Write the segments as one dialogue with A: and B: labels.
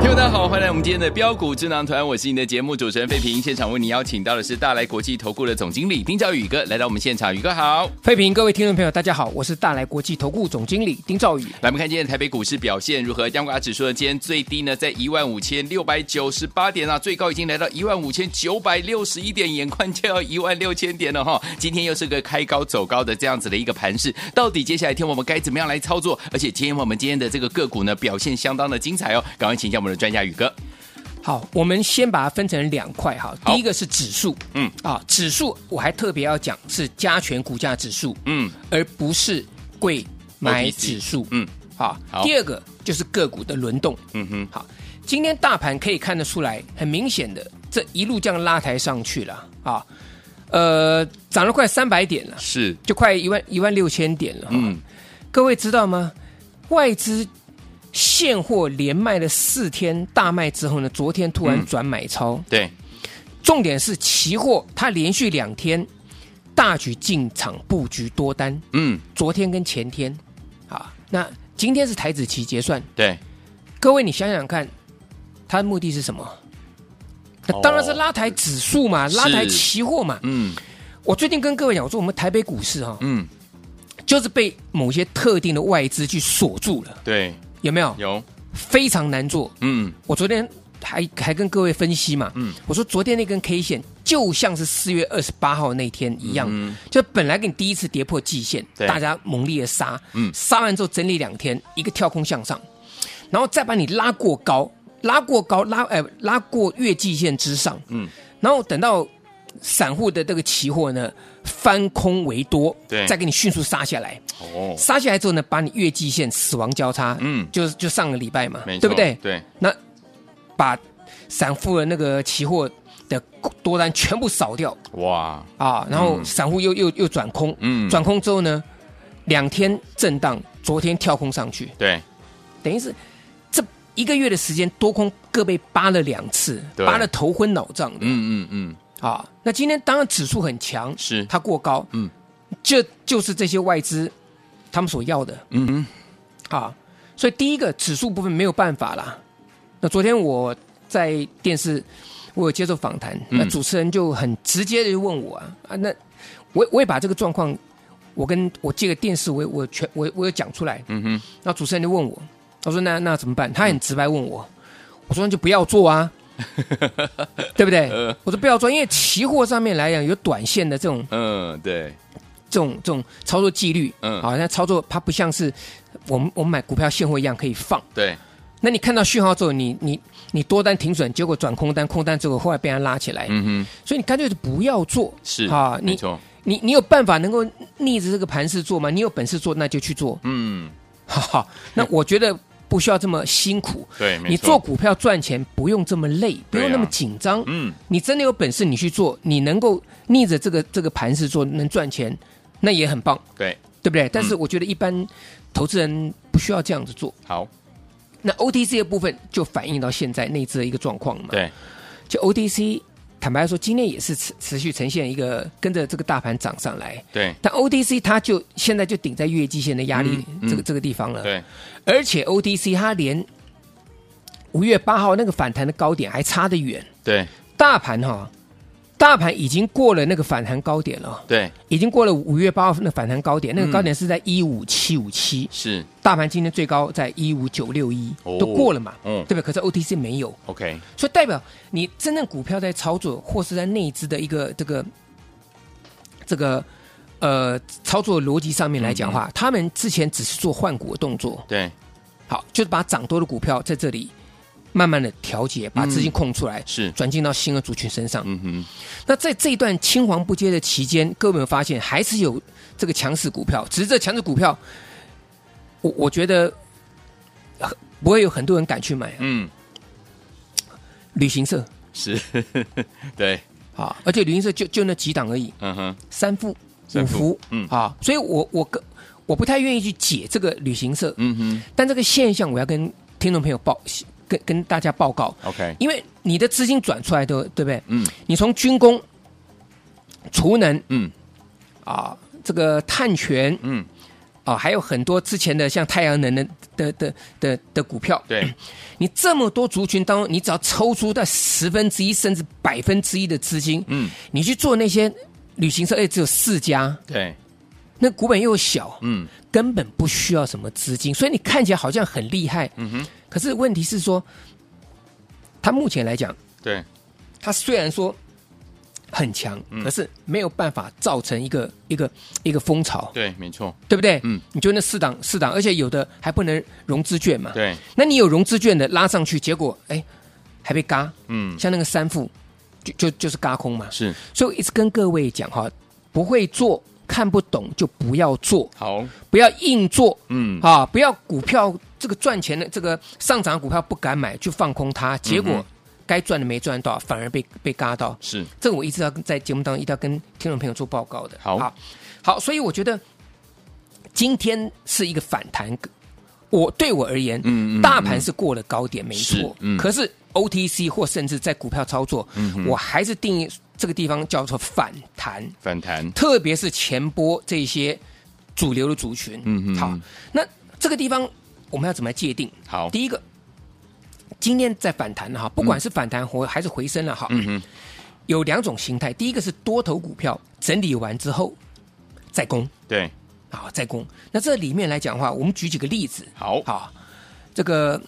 A: 听众大家好，欢迎来我们今天的标股智囊团，我是你的节目主持人费平。现场为你邀请到的是大来国际投顾的总经理丁兆宇哥来到我们现场，宇哥好。
B: 废品，各位听众朋友，大家好，我是大来国际投顾总经理丁兆宇。
A: 来，我们看今天台北股市表现如何？央股指数呢，今天最低呢在一万五千六百九十八点啊，最高已经来到一万五千九百六十一点，眼看就要啊一万六千点了啊哈。今天又是个开高走高的这样子的一个盘势，到底接下来天我们该怎么样来操作？而且今天我们今天的这个个股呢，表现相当的精彩哦，赶快请教我们的专家宇哥。
B: 好，我们先把它分成两块哈。
A: 好
B: 第一个是指数，
A: 嗯
B: 啊，指数我还特别要讲是加权股价指数，
A: 嗯，
B: 而不是贵买
A: OTC
B: 指数，
A: 嗯，
B: 哦好
A: 好。
B: 第二个就是个股的轮动，
A: 嗯哼，
B: 好，今天大盘可以看得出来，很明显的这一路这样拉抬上去了啊，呃，涨了快三百点了，
A: 是，
B: 就快一万一万六千点了，嗯。
A: 嗯，
B: 各位知道吗？外资现货连卖了四天大卖之后呢，昨天突然
A: 嗯
B: 转买超，
A: 对，
B: 重点是期货它连续两天大举进场布局多单，
A: 嗯，
B: 昨天跟前天啊，那今天是台子期结算，
A: 对，
B: 各位你想想看，它的目的是什么？那当然是拉抬指数嘛，
A: 哦是
B: 拉抬期货嘛。
A: 嗯
B: 我最近跟各位讲，我说我们台北股市哈、
A: 嗯，
B: 就是被某些特定的外资去锁住了，
A: 对，
B: 有没有？
A: 有，
B: 非常难做。
A: 嗯，
B: 我昨天还还跟各位分析嘛，
A: 嗯
B: 我说昨天那根 K 线就像是四月二十八号那天一样，
A: 嗯
B: 就本来给你第一次跌破季线，
A: 对
B: 大家猛烈的杀，
A: 嗯
B: 杀完之后整理两天，一个跳空向上，然后再把你拉过高，拉过高，拉哎、拉过月季线之上，
A: 嗯，
B: 然后等到散户的这个期货呢翻空为多，
A: 对
B: 再给你迅速杀下来，
A: 哦，
B: 杀下来之后呢，把你月季线死亡交叉，
A: 嗯
B: 就是就上个礼拜嘛，
A: 没错，
B: 对不对？
A: 对，
B: 那把散户的那个期货的多单全部扫掉
A: 哇，
B: 啊，然后
A: 嗯
B: 散户又、又又转空，
A: 嗯，
B: 转空之后呢，两天震荡，昨天跳空上去，
A: 对，
B: 等于是这一个月的时间多空各被扒了两次，
A: 对
B: 扒了头昏脑胀的、
A: 嗯嗯嗯，
B: 啊。那今天当然指数很强，
A: 是，
B: 它过高，
A: 嗯，
B: 这就是这些外资他们所要的
A: 嗯嗯，
B: 啊。所以第一个指数部分没有办法啦。那昨天我在电视，我有接受访谈，
A: 嗯
B: 那主持人就很直接的问我啊啊，那我我也把这个状况，我跟我借个电视我，我全我我有讲出来，
A: 嗯哼，嗯
B: 那主持人就问我，他说那那怎么办？他很直白问我，我说那就不要 做啊，对不对？我说不要做，因为期货上面来讲有短线的这种
A: 嗯，对，
B: 这种这种操作纪律，
A: 嗯
B: 好、那操作它不像是我们我们买股票现货一样可以放。
A: 对，
B: 那你看到讯号之后，你你你多单停损，结果转空单，空单之后后来被它拉起来，
A: 嗯哼，
B: 所以你干脆就不要做。
A: 是
B: 啊你
A: 没错，
B: 你你有办法能够逆着这个盘势做吗？你有本事做，那就去做。
A: 嗯，
B: 哈哈，那我觉得不需要这么辛苦。
A: 对，没错，
B: 你做，股票赚钱不用这么累，不
A: 对啊
B: 用那么紧张。
A: 嗯，
B: 你真的有本事，你去做，你能够逆着这个这个盘势做，能赚钱，那也很棒，
A: 对，
B: 对不对？但
A: 嗯
B: 是我觉得一般投资人不需要这样子做。
A: 好，
B: 那 OTC 的部分就反映到现在内资的一个状况嘛。
A: 对，
B: 就 OTC，坦白说，今天也是持持续呈现一个跟着这个大盘涨上来，
A: 对，
B: 但 OTC 它就现在就顶在月季线的压力、
A: 嗯
B: 这个
A: 嗯
B: 这个地方了。
A: 对，
B: 而且 OTC 它连五月八号那个反弹的高点还差得远，
A: 对，
B: 大盘哈、大盘已经过了那个反弹高点了，
A: 对，
B: 已经过了五月八号那反弹高点，那
A: 嗯
B: 个高点是在一五七五七，
A: 是
B: 大盘今天最高在一五九六一，
A: 哦
B: 都过了嘛，
A: 嗯
B: 对不对？可是 OTC 没有，
A: ，OK，
B: 所以代表你真正股票在操作，或是在内资的一个这个这个呃操作逻辑上面来讲
A: 嗯
B: 的话，他们之前只是做换股的动作，
A: 对，
B: 好，就是把涨多的股票在这里慢慢的调节，把资金空出来，
A: 嗯是
B: 转进到新的族群身上。
A: 嗯哼，
B: 那在这一段青黄不接的期间，各位有没有发现还是有这个强势股票？只是这强势股票，我我觉得呃不会有很多人敢去买、啊。
A: 嗯，
B: 旅行社
A: 是， 对，
B: 啊，而且旅行社就就那几档而已，
A: 嗯哼，
B: 三富、
A: 三
B: 五
A: 富
B: 福，
A: 嗯
B: 啊，所以我我跟我不太愿意去解这个旅行社，
A: 嗯哼
B: 但这个现象我要跟听众朋友报跟跟大家报告，
A: ，OK，
B: 因为你的资金转出来的，对不对？
A: 嗯
B: 你从军工、储能
A: 嗯
B: 啊，这个碳权
A: 嗯，
B: 啊，还有很多之前的像太阳能的的的的的股票，
A: 对，
B: 你这么多族群当中，你只要抽出在十分之一甚至百分之一的资金，
A: 嗯
B: 你去做那些旅行社，哎，只有四家，
A: 对，
B: 那股本又小，
A: 嗯
B: 根本不需要什么资金，所以你看起来好像很厉害，
A: 嗯哼，
B: 可是问题是说，它目前来讲，
A: 对，
B: 它虽然说很强，
A: 嗯
B: 可是没有办法造成一个一个一个风潮，
A: 对，没错，
B: 对不对？
A: 嗯，
B: 你就那四档四档，而且有的还不能融资券嘛，
A: 对，
B: 那你有融资券的拉上去，结果哎还被嘎，
A: 嗯
B: 像那个三副就就就是嘎空嘛，
A: 是，
B: 所以我一直跟各位讲哈，不会做。看不懂就不要做，
A: 好，
B: 不要硬做，
A: 嗯
B: 啊，不要股票这个赚钱的这个上涨的股票不敢买，去放空它，结
A: 嗯
B: 果
A: 哼
B: 该赚的没赚到，反而被被嘎到。
A: 是，
B: 这个我一直要跟在节目当中一定要跟听众朋友做报告的。
A: 好
B: 好，好所以我觉得今天是一个反弹，我对我而言，
A: 嗯嗯
B: 大盘是过了高点，没错
A: 是，嗯
B: 可是 OTC 或甚至在股票操作，我还是定义这个地方叫做反弹。
A: 反弹，
B: 特别是前波这些主流的族群。
A: 嗯哼
B: 好，那这个地方我们要怎么来界定？
A: 好，
B: 第一个，今天在反弹了哈，不管是反弹或还是回升了哈，
A: 嗯哼，
B: 有两种形态。第一个是多头股票整理完之后再攻
A: 对，
B: 啊，再攻。那这里面来讲的话，我们举几个例子。
A: 好，
B: 好，这个。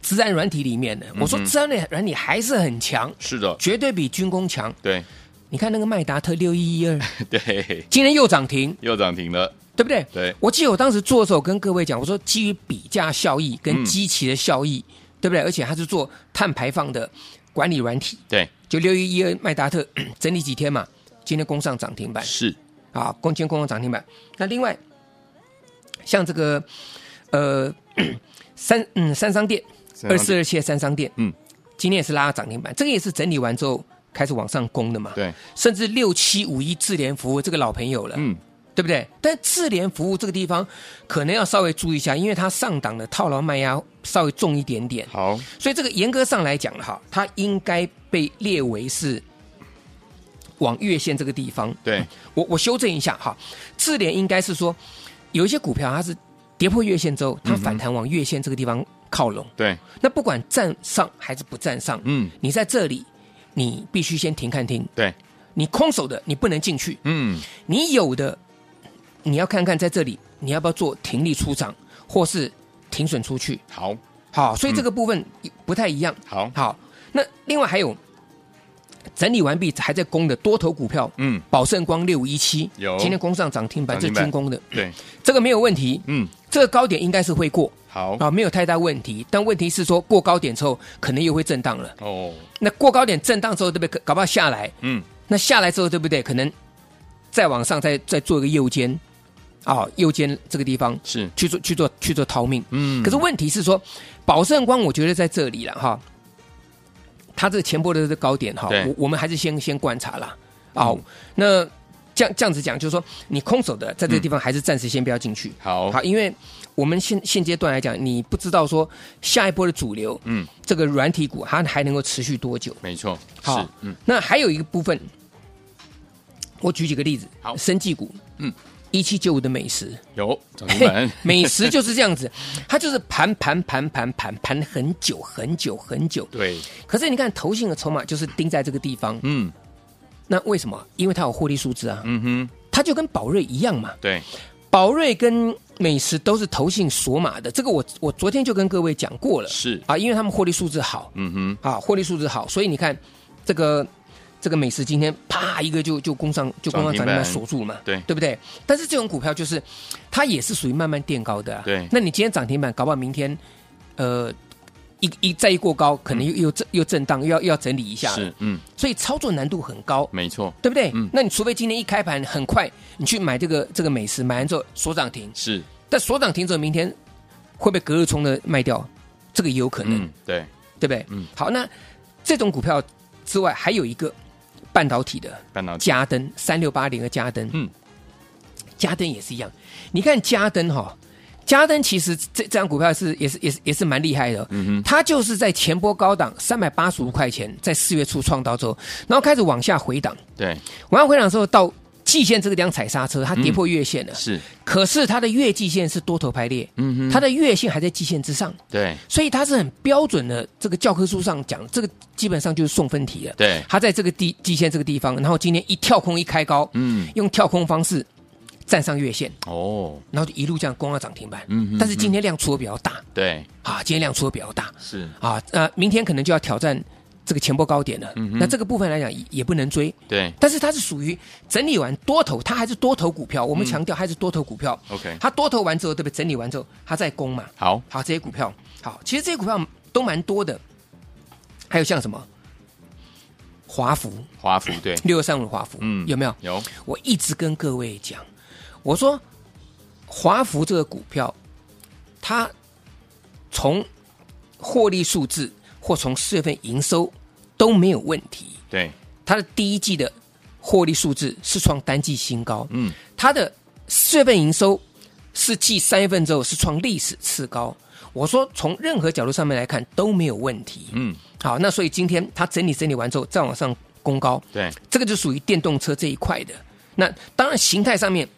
B: 自然软体里面的，我说自然软体还是很强，
A: 是的，
B: 绝对比军工强。
A: 对
B: 你看那个麦达特六一一二，
A: 对，
B: 今天又涨停，
A: 又涨停了，
B: 对不对？
A: 对
B: 我记得我当时做的时候，跟各位讲，我说基于比价效益跟基期的效益，对不对？而且它是做碳排放的管理软体，
A: 对，
B: 就六一一二麦达特 整理几天嘛，今天攻上涨停板
A: 是，
B: 啊，攻坚攻上涨停板。那另外，像这个呃 三嗯三商店二四二七三商店，
A: 嗯，
B: 今天也是拉涨停板，这个也是整理完之后开始往上攻的嘛，，
A: 对，
B: 甚至六七五一智联服务这个老朋友了，
A: 嗯，
B: 对不对？但智联服务这个地方可能要稍微注意一下，因为它上档的套牢卖压稍微重一点点，
A: 好，
B: 所以这个严格上来讲哈，它应该被列为是往月线这个地方。
A: 对，
B: 我我修正一下哈，智联应该是说有一些股票它是跌破月线之后，它反弹往月线这个地方靠拢。
A: 对，
B: 那不管站上还是不站上，
A: 嗯，
B: 你在这里你必须先停看停，
A: 对，
B: 你空手的你不能进去，
A: 嗯，
B: 你有的，你要看看在这里你要不要做停利出场，或是停损出去。
A: 好，
B: 好，所以这个部分不太一样。
A: 好，
B: 好，那另外还有整理完毕还在攻的多头股票，
A: 嗯，
B: 宝盛光六一七，
A: 有
B: 今天攻上涨停板，这
A: 涨
B: 是
A: 停板
B: 军工的，
A: 对，
B: 这个没有问题，
A: 嗯，
B: 这个高点应该是会过
A: 好，
B: 啊，没有太大问题。但问题是说过高点之后可能又会震荡了，
A: 哦，
B: 那过高点震荡之后，对不对？搞不好下来，
A: 嗯，
B: 那下来之后，对不对？可能再往上再再做一个右肩，啊、右肩这个地方
A: 是，
B: 去做去做去做逃命。
A: 嗯
B: 可是问题是说，宝盛光我觉得在这里了哈，它这个前波的这个高点哈，
A: 对嗯
B: 我我们还是先先观察啦。啊、那这样这样子讲，就是说你空手的在这个地方还是暂时先不要进去。
A: 好，
B: 好，因为我们现现阶段来讲，你不知道说下一波的主流，
A: 嗯，
B: 这个软体股它还能够持续多久？
A: 没错，
B: 好
A: 是，嗯，
B: 那还有一个部分，我举几个例子。
A: 好
B: 生技股，
A: 嗯，
B: 一七九五的美食，，
A: 有涨停板
B: 美食就是这样子，它就是盘盘盘盘盘盘很久很久很久。
A: 对，
B: 可是你看投信的筹码就是盯在这个地方，
A: 嗯，
B: 那为什么？因为它有获利数字啊，
A: 嗯哼，
B: 它就跟宝瑞一样嘛。
A: 对，
B: 宝瑞跟美食都是投信锁码的，这个我我昨天就跟各位讲过了
A: 是，
B: 啊，因为他们获利数字好，
A: 嗯哼，
B: 啊，获利数字好，所以你看这个这个美食今天啪一个就就攻上就攻
A: 涨
B: 上
A: 停
B: 涨
A: 板
B: 停板锁住嘛，
A: 对
B: 对不对？但是这种股票就是它也是属于慢慢垫高的、啊，
A: 对
B: 那你今天涨停板，搞不好明天呃一一再一过高，可能又又震又震荡，又要又要整理一下了
A: 是，嗯，
B: 所以操作难度很高，
A: 没错，
B: 对不对？
A: 嗯
B: 那你除非今天一开盘很快，你去买这个这个美食，买完之后锁涨停，
A: 是，
B: 但锁涨停之后，明天会不会隔日冲的卖掉？这个也有可能，
A: 嗯，对，
B: 对不对？
A: 嗯
B: 好，那这种股票之外，还有一个半导体的
A: 半导体，
B: 嘉登三六八零的嘉登，
A: 嗯，
B: 嘉登也是一样。你看嘉登哈、嘉登其实这这张股票是也是也是也是蛮厉害的，哦
A: 嗯哼，
B: 它就是在前波高档三百八十五块钱，在四月初创造之后，然后开始往下回档，
A: 对，
B: 往下回档之后到季线这个地方踩刹车，它
A: 嗯
B: 跌破月线了。
A: 是，
B: 可是它的月季线是多头排列，
A: 嗯哼，
B: 它的月线还在季线之上，
A: 对，
B: 所以它是很标准的。这个教科书上讲，这个基本上就是送分题了。
A: 对，
B: 它在这个地季线这个地方，然后今天一跳空一开高，
A: 嗯，
B: 用跳空方式站上月线，
A: 哦，
B: 然后就一路这样攻到涨停板。
A: 嗯哼
B: 但是今天量出的比较大
A: 对，
B: 啊，今天量出的比较大
A: 是，
B: 啊，呃，明天可能就要挑战这个前波高点了。
A: 嗯哼
B: 那这个部分来讲也也不能追，
A: 对
B: 但是它是属于整理完多头，它还是多头股票。我们强调还是多头股票。
A: 嗯，OK，
B: 它多头完之后，对不对？整理完之后，它再攻嘛。
A: 好，
B: 好，这些股票，好，其实这些股票都蛮多的。还有像什么华孚
A: 华孚，对，
B: 六二三五的华孚，
A: 嗯
B: 有没有？
A: 有，
B: 我一直跟各位讲，我说华孚这个股票，它从获利数字或从四月份营收都没有问题。
A: 对，
B: 它的第一季的获利数字是创单季新高，
A: 嗯，
B: 它的四月份营收是继三月份之后是创历史次高。我说从任何角度上面来看都没有问题。
A: 嗯，
B: 好，那所以今天它整理整理完之后再往上攻高，
A: 对，
B: 这个就属于电动车这一块的。那当然形态上面，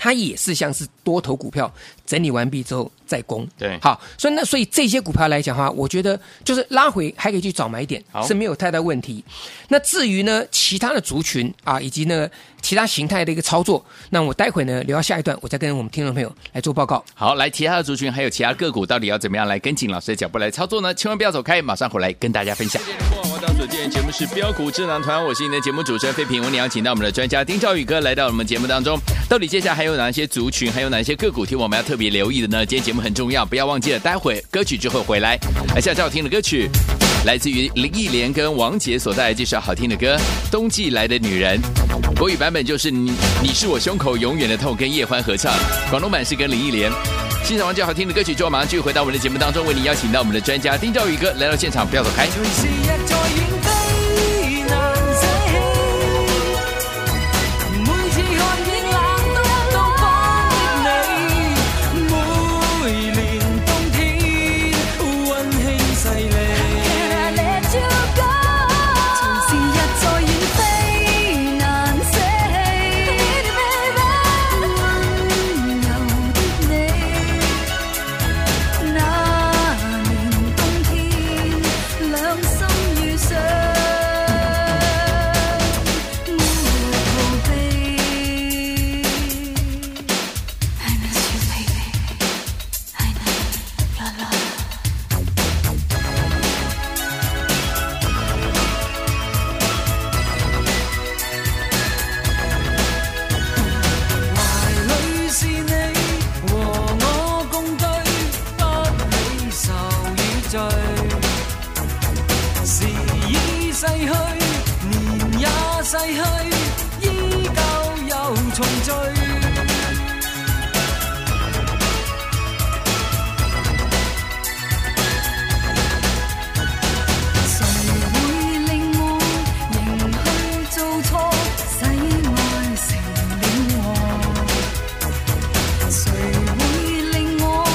B: 它也是像是多头股票整理完毕之后再攻。
A: 对
B: 好，所以那所以这些股票来讲的话，我觉得就是拉回还可以去找买点
A: 好
B: 是没有太大问题。那至于呢其他的族群啊，以及呢其他形态的一个操作，那我待会呢留到下一段，我再跟我们听众朋友来做报告。
A: 好，来，其他的族群还有其他个股，到底要怎么样来跟紧老师的脚步来操作呢？千万不要走开，马上回来跟大家分享。我到所见的节目是标股智囊团，我是你的节目主持人费平，我们邀请到我们的专家丁兆宇哥来到我们节目当中。到底接下来还有哪些族群，还有哪些个股，听我们要特别留意的呢？今天节目很重要，不要忘记了，待会歌曲之后回来。来，下周要听的歌曲来自于林忆莲跟王杰所带来这首好听的歌《冬季来的女人》。国语版本就是你你是我胸口永远的痛，跟叶欢合唱；广东版是跟林忆莲。欣赏完这好听的歌曲之后，马上继续回到我们的节目当中，为您邀请到我们的专家丁兆宇哥来到现场，不要走开。
C: 随时日在遠飛，難捨棄。每次寒熱冷冬都彷彿你，每年冬天温馨細膩。隨時日在遠飛，難捨棄。温柔的你。那年冬天，兩心遇上，沒逃避。I miss you, baby. I need your love. 懷裏是你和我共對，不理愁與罪。時已逝去，年也逝去，依舊又重聚。誰會令我仍去做錯，使愛成了我？誰會令我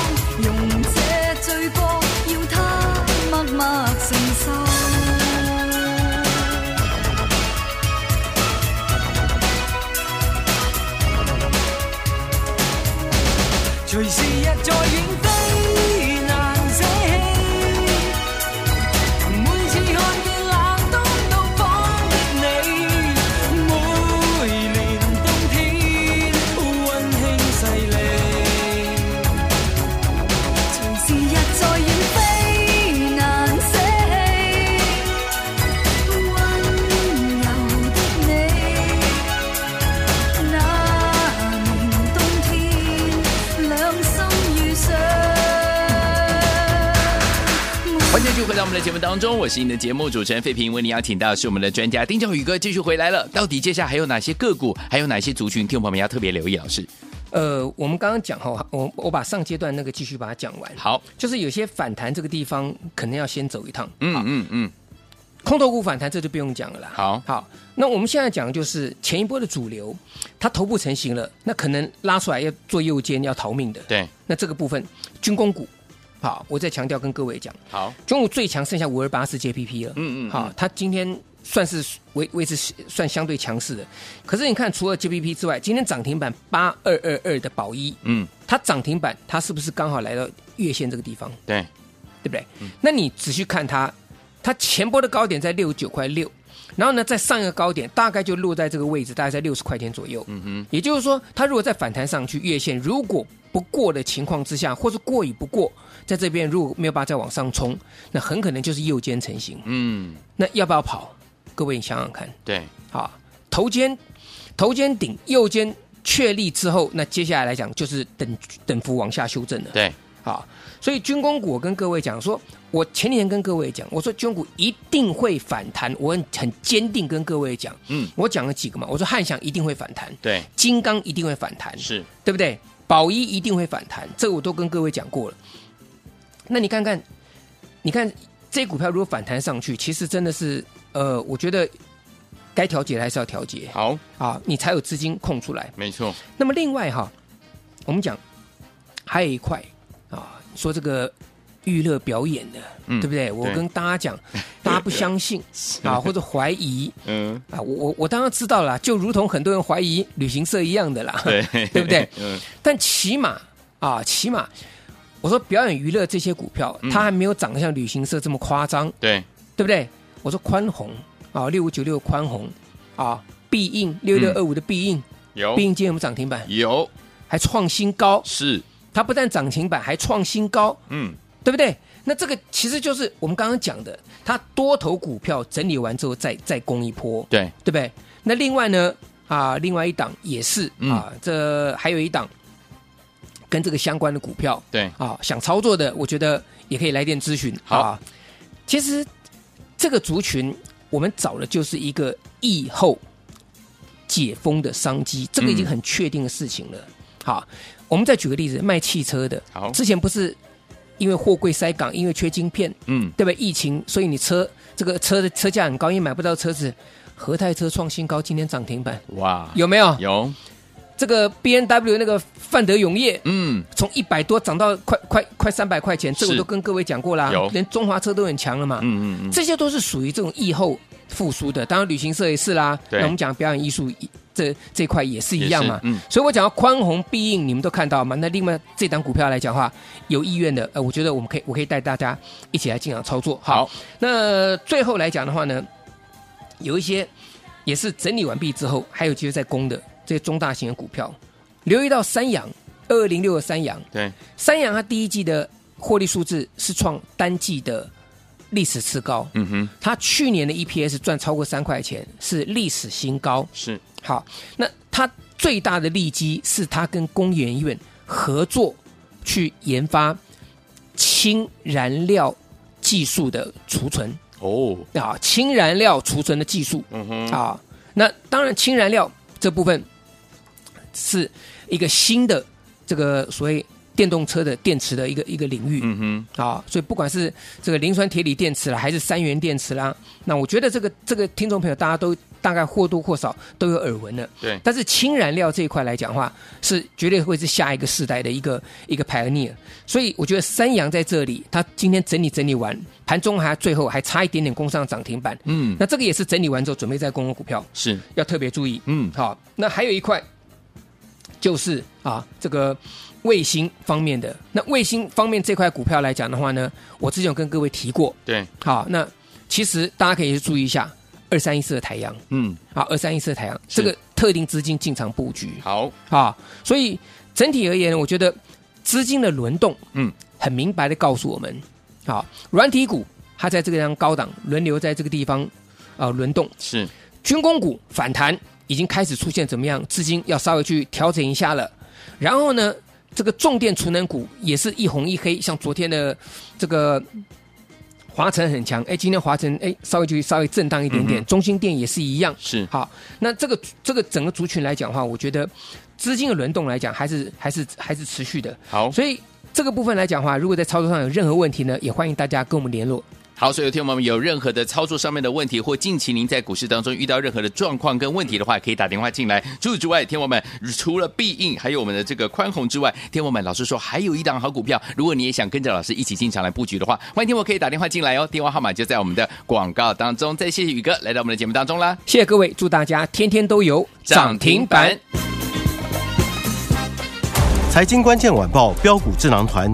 C: 用這罪過，要他默默承受？隨時日在遠飛，難捨棄。每次看見冷冬都彷彿你，每年冬天温馨細膩。隨時日在遠飛，難捨棄。温柔的你，那年冬天兩心遇上。
A: 们的节目当中，我是你的节目主持人费平，为你邀请到的是我们的专家丁兆宇哥继续回来了。到底接下来还有哪些个股，还有哪些族群，听众朋友们要特别留意？老师，
B: 呃，我们刚刚讲哈，我我把上阶段那个继续把它讲完，
A: 好，
B: 就是有些反弹这个地方可能要先走一趟，
A: 嗯嗯嗯，
B: 空头股反弹这就不用讲了啦。
A: 好
B: 好，那我们现在讲的就是前一波的主流，它头部成型了，那可能拉出来要做右肩要逃命的。，
A: 对，
B: 那这个部分军工股，好，我再强调跟各位讲，
A: 好，
B: 中午最强剩下五二八四 JPP 了。
A: 嗯嗯嗯
B: 好，它今天算是维维持算相对强势的。可是你看，除了 JPP 之外，今天涨停板八二二二的宝一，
A: 嗯，
B: 它涨停板它是不是刚好来到月线这个地方，
A: 对，
B: 对不对？那你仔细看它，它前波的高点在六九块六。然后呢，在上一个高点大概就落在这个位置，大概在六十块钱左右。嗯哼，也就是说，它如果再反弹上去月线，如果不过的情况之下，或是过与不过，在这边如果没有办法再往上冲，那很可能就是右肩成型。
A: 嗯，
B: 那要不要跑？各位你想想看，
A: 对，
B: 好，头肩、头肩顶、右肩确立之后，那接下来来讲就是等等幅往下修正了。
A: 对，
B: 好，啊所以军工股我跟各位讲说，我前几天跟各位讲，我说军工股一定会反弹，我很很坚定跟各位讲，
A: 嗯，
B: 我讲了几个嘛，我说汉翔一定会反弹，
A: 对，
B: 金刚一定会反弹，
A: 是，
B: 对不对？宝一一定会反弹，这我都跟各位讲过了。那你看看，你看这些股票如果反弹上去，其实真的是，呃，我觉得该调节的还是要调节
A: 好，
B: 啊，你才有资金空出来。
A: 没错，
B: 那么另外哈，我们讲还有一块啊，说这个娱乐表演的，
A: 嗯
B: 对不对？我
A: 对
B: 跟大家讲，大家不相信 啊，或者怀疑
A: 嗯，
B: 啊，我我我当然知道啦，就如同很多人怀疑旅行社一样的啦，，
A: 对
B: 对不对？
A: 嗯，
B: 但起码啊，起码我说表演娱乐这些股票，
A: 嗯
B: 它还没有涨得像旅行社这么夸张，
A: 对，
B: 对不对？我说宽宏啊，六五九六宽宏啊，必应六六二五的必
A: 嗯
B: 应，
A: 有
B: 必应今天有没有涨停板？
A: 有
B: 还创新高，
A: 是，
B: 它不但涨停板，还创新高，
A: 嗯，
B: 对不对？那这个其实就是我们刚刚讲的，它多头股票整理完之后再再攻一波，
A: 对，
B: 对不对？那另外呢，啊，另外一档也是
A: 嗯
B: 啊，这还有一档跟这个相关的股票
A: 对，
B: 啊，想操作的，我觉得也可以来电咨询。
A: 好
B: 啊，其实这个族群我们找的就是一个疫后解封的商机，这个已经
A: 嗯
B: 很确定的事情了。好，我们再举个例子，卖汽车的，
A: 好
B: 之前不是因为货柜塞港，因为缺晶片，
A: 嗯，
B: 对不对？疫情，所以你车这个车的车价很高，因为买不到车子。和泰车创新高，今天涨停板
A: 哇，
B: 有没有？
A: 有，
B: 这个 B N W 那个范德永业
A: 嗯，
B: 从一百多涨到快快快三百块钱，这
A: 是
B: 个我都跟各位讲过啦
A: 有，
B: 连中华车都很强了嘛。
A: 嗯嗯嗯，
B: 这些都是属于这种疫后复苏的，当然旅行社也是啦。
A: 对
B: 那我们讲表演艺术这这块也是一样嘛。
A: 也是嗯
B: 所以我讲到宽宏必应，你们都看到嘛。那另外这档股票来讲的话，有意愿的，呃，我觉得我们可以我可以带大家一起来进场操作。
A: 好，
B: 那最后来讲的话呢，有一些也是整理完毕之后还有机会再攻的这些中大型的股票，留意到三阳二零六的三阳，
A: 对，
B: 三阳它第一季的获利数字是创单季的历史次高，
A: 嗯哼，
B: 它去年的 E EPS 赚超过三块钱，是历史新高。
A: 是，
B: 好，那它最大的利基是它跟工研院合作去研发氢燃料技术的储存
A: 哦，
B: 啊，氢燃料储存的技术
A: 嗯哼，
B: 啊。那当然，氢燃料这部分是一个新的这个所谓电动车的电池的一个一个领域。
A: 嗯哼，
B: 啊，所以不管是这个磷酸铁锂电池啦，还是三元电池啦，那我觉得这个这个听众朋友大家都大概或多或少都有耳闻了。
A: 对，
B: 但是氢燃料这一块来讲的话，是绝对会是下一个世代的一个一个 pioneer。所以我觉得三洋在这里，它今天整理整理完，盘中还最后还差一点点攻上涨停板。
A: 嗯，
B: 那这个也是整理完之后准备再攻的股票，
A: 是，
B: 要特别注意。
A: 嗯，
B: 好，那还有一块就是啊，这个卫星方面的。那卫星方面这块股票来讲的话呢，我之前有跟各位提过。
A: 对，
B: 好，那其实大家可以去注意一下二三一四的台阳
A: 嗯，
B: 啊，二三一四的台阳
A: 是
B: 这个特定资金进场布局
A: 好，
B: 啊，所以整体而言，我觉得资金的轮动，
A: 嗯，
B: 很明白的告诉我们，好，软体股它在这个地方高档轮流在这个地方啊、呃轮动，
A: 是，
B: 军工股反弹已经开始出现怎么样？资金要稍微去调整一下了。然后呢，这个重电储能股也是一红一黑，像昨天的这个华晨很强，哎，今天华晨哎稍微就稍微震荡一点点，中心店也是一样。
D: 是
B: 好，那这个这个整个族群来讲的话，我觉得资金的轮动来讲，还是还是还是持续的。
D: 好
B: 所以这个部分来讲的话，如果在操作上有任何问题呢，也欢迎大家跟我们联络。
D: 好，所以有听我们有任何的操作上面的问题，或近期您在股市当中遇到任何的状况跟问题的话，可以打电话进来。除此之外，天王们除了必应还有我们的这个宽宏之外，天王们老师说还有一档好股票，如果你也想跟着老师一起进场来布局的话，欢迎天王可以打电话进来哦，电话号码就在我们的广告当中。再谢谢宇哥来到我们的节目当中啦，
B: 谢谢各位，祝大家天天都有涨停板。
E: 财经关键晚报标股智囊团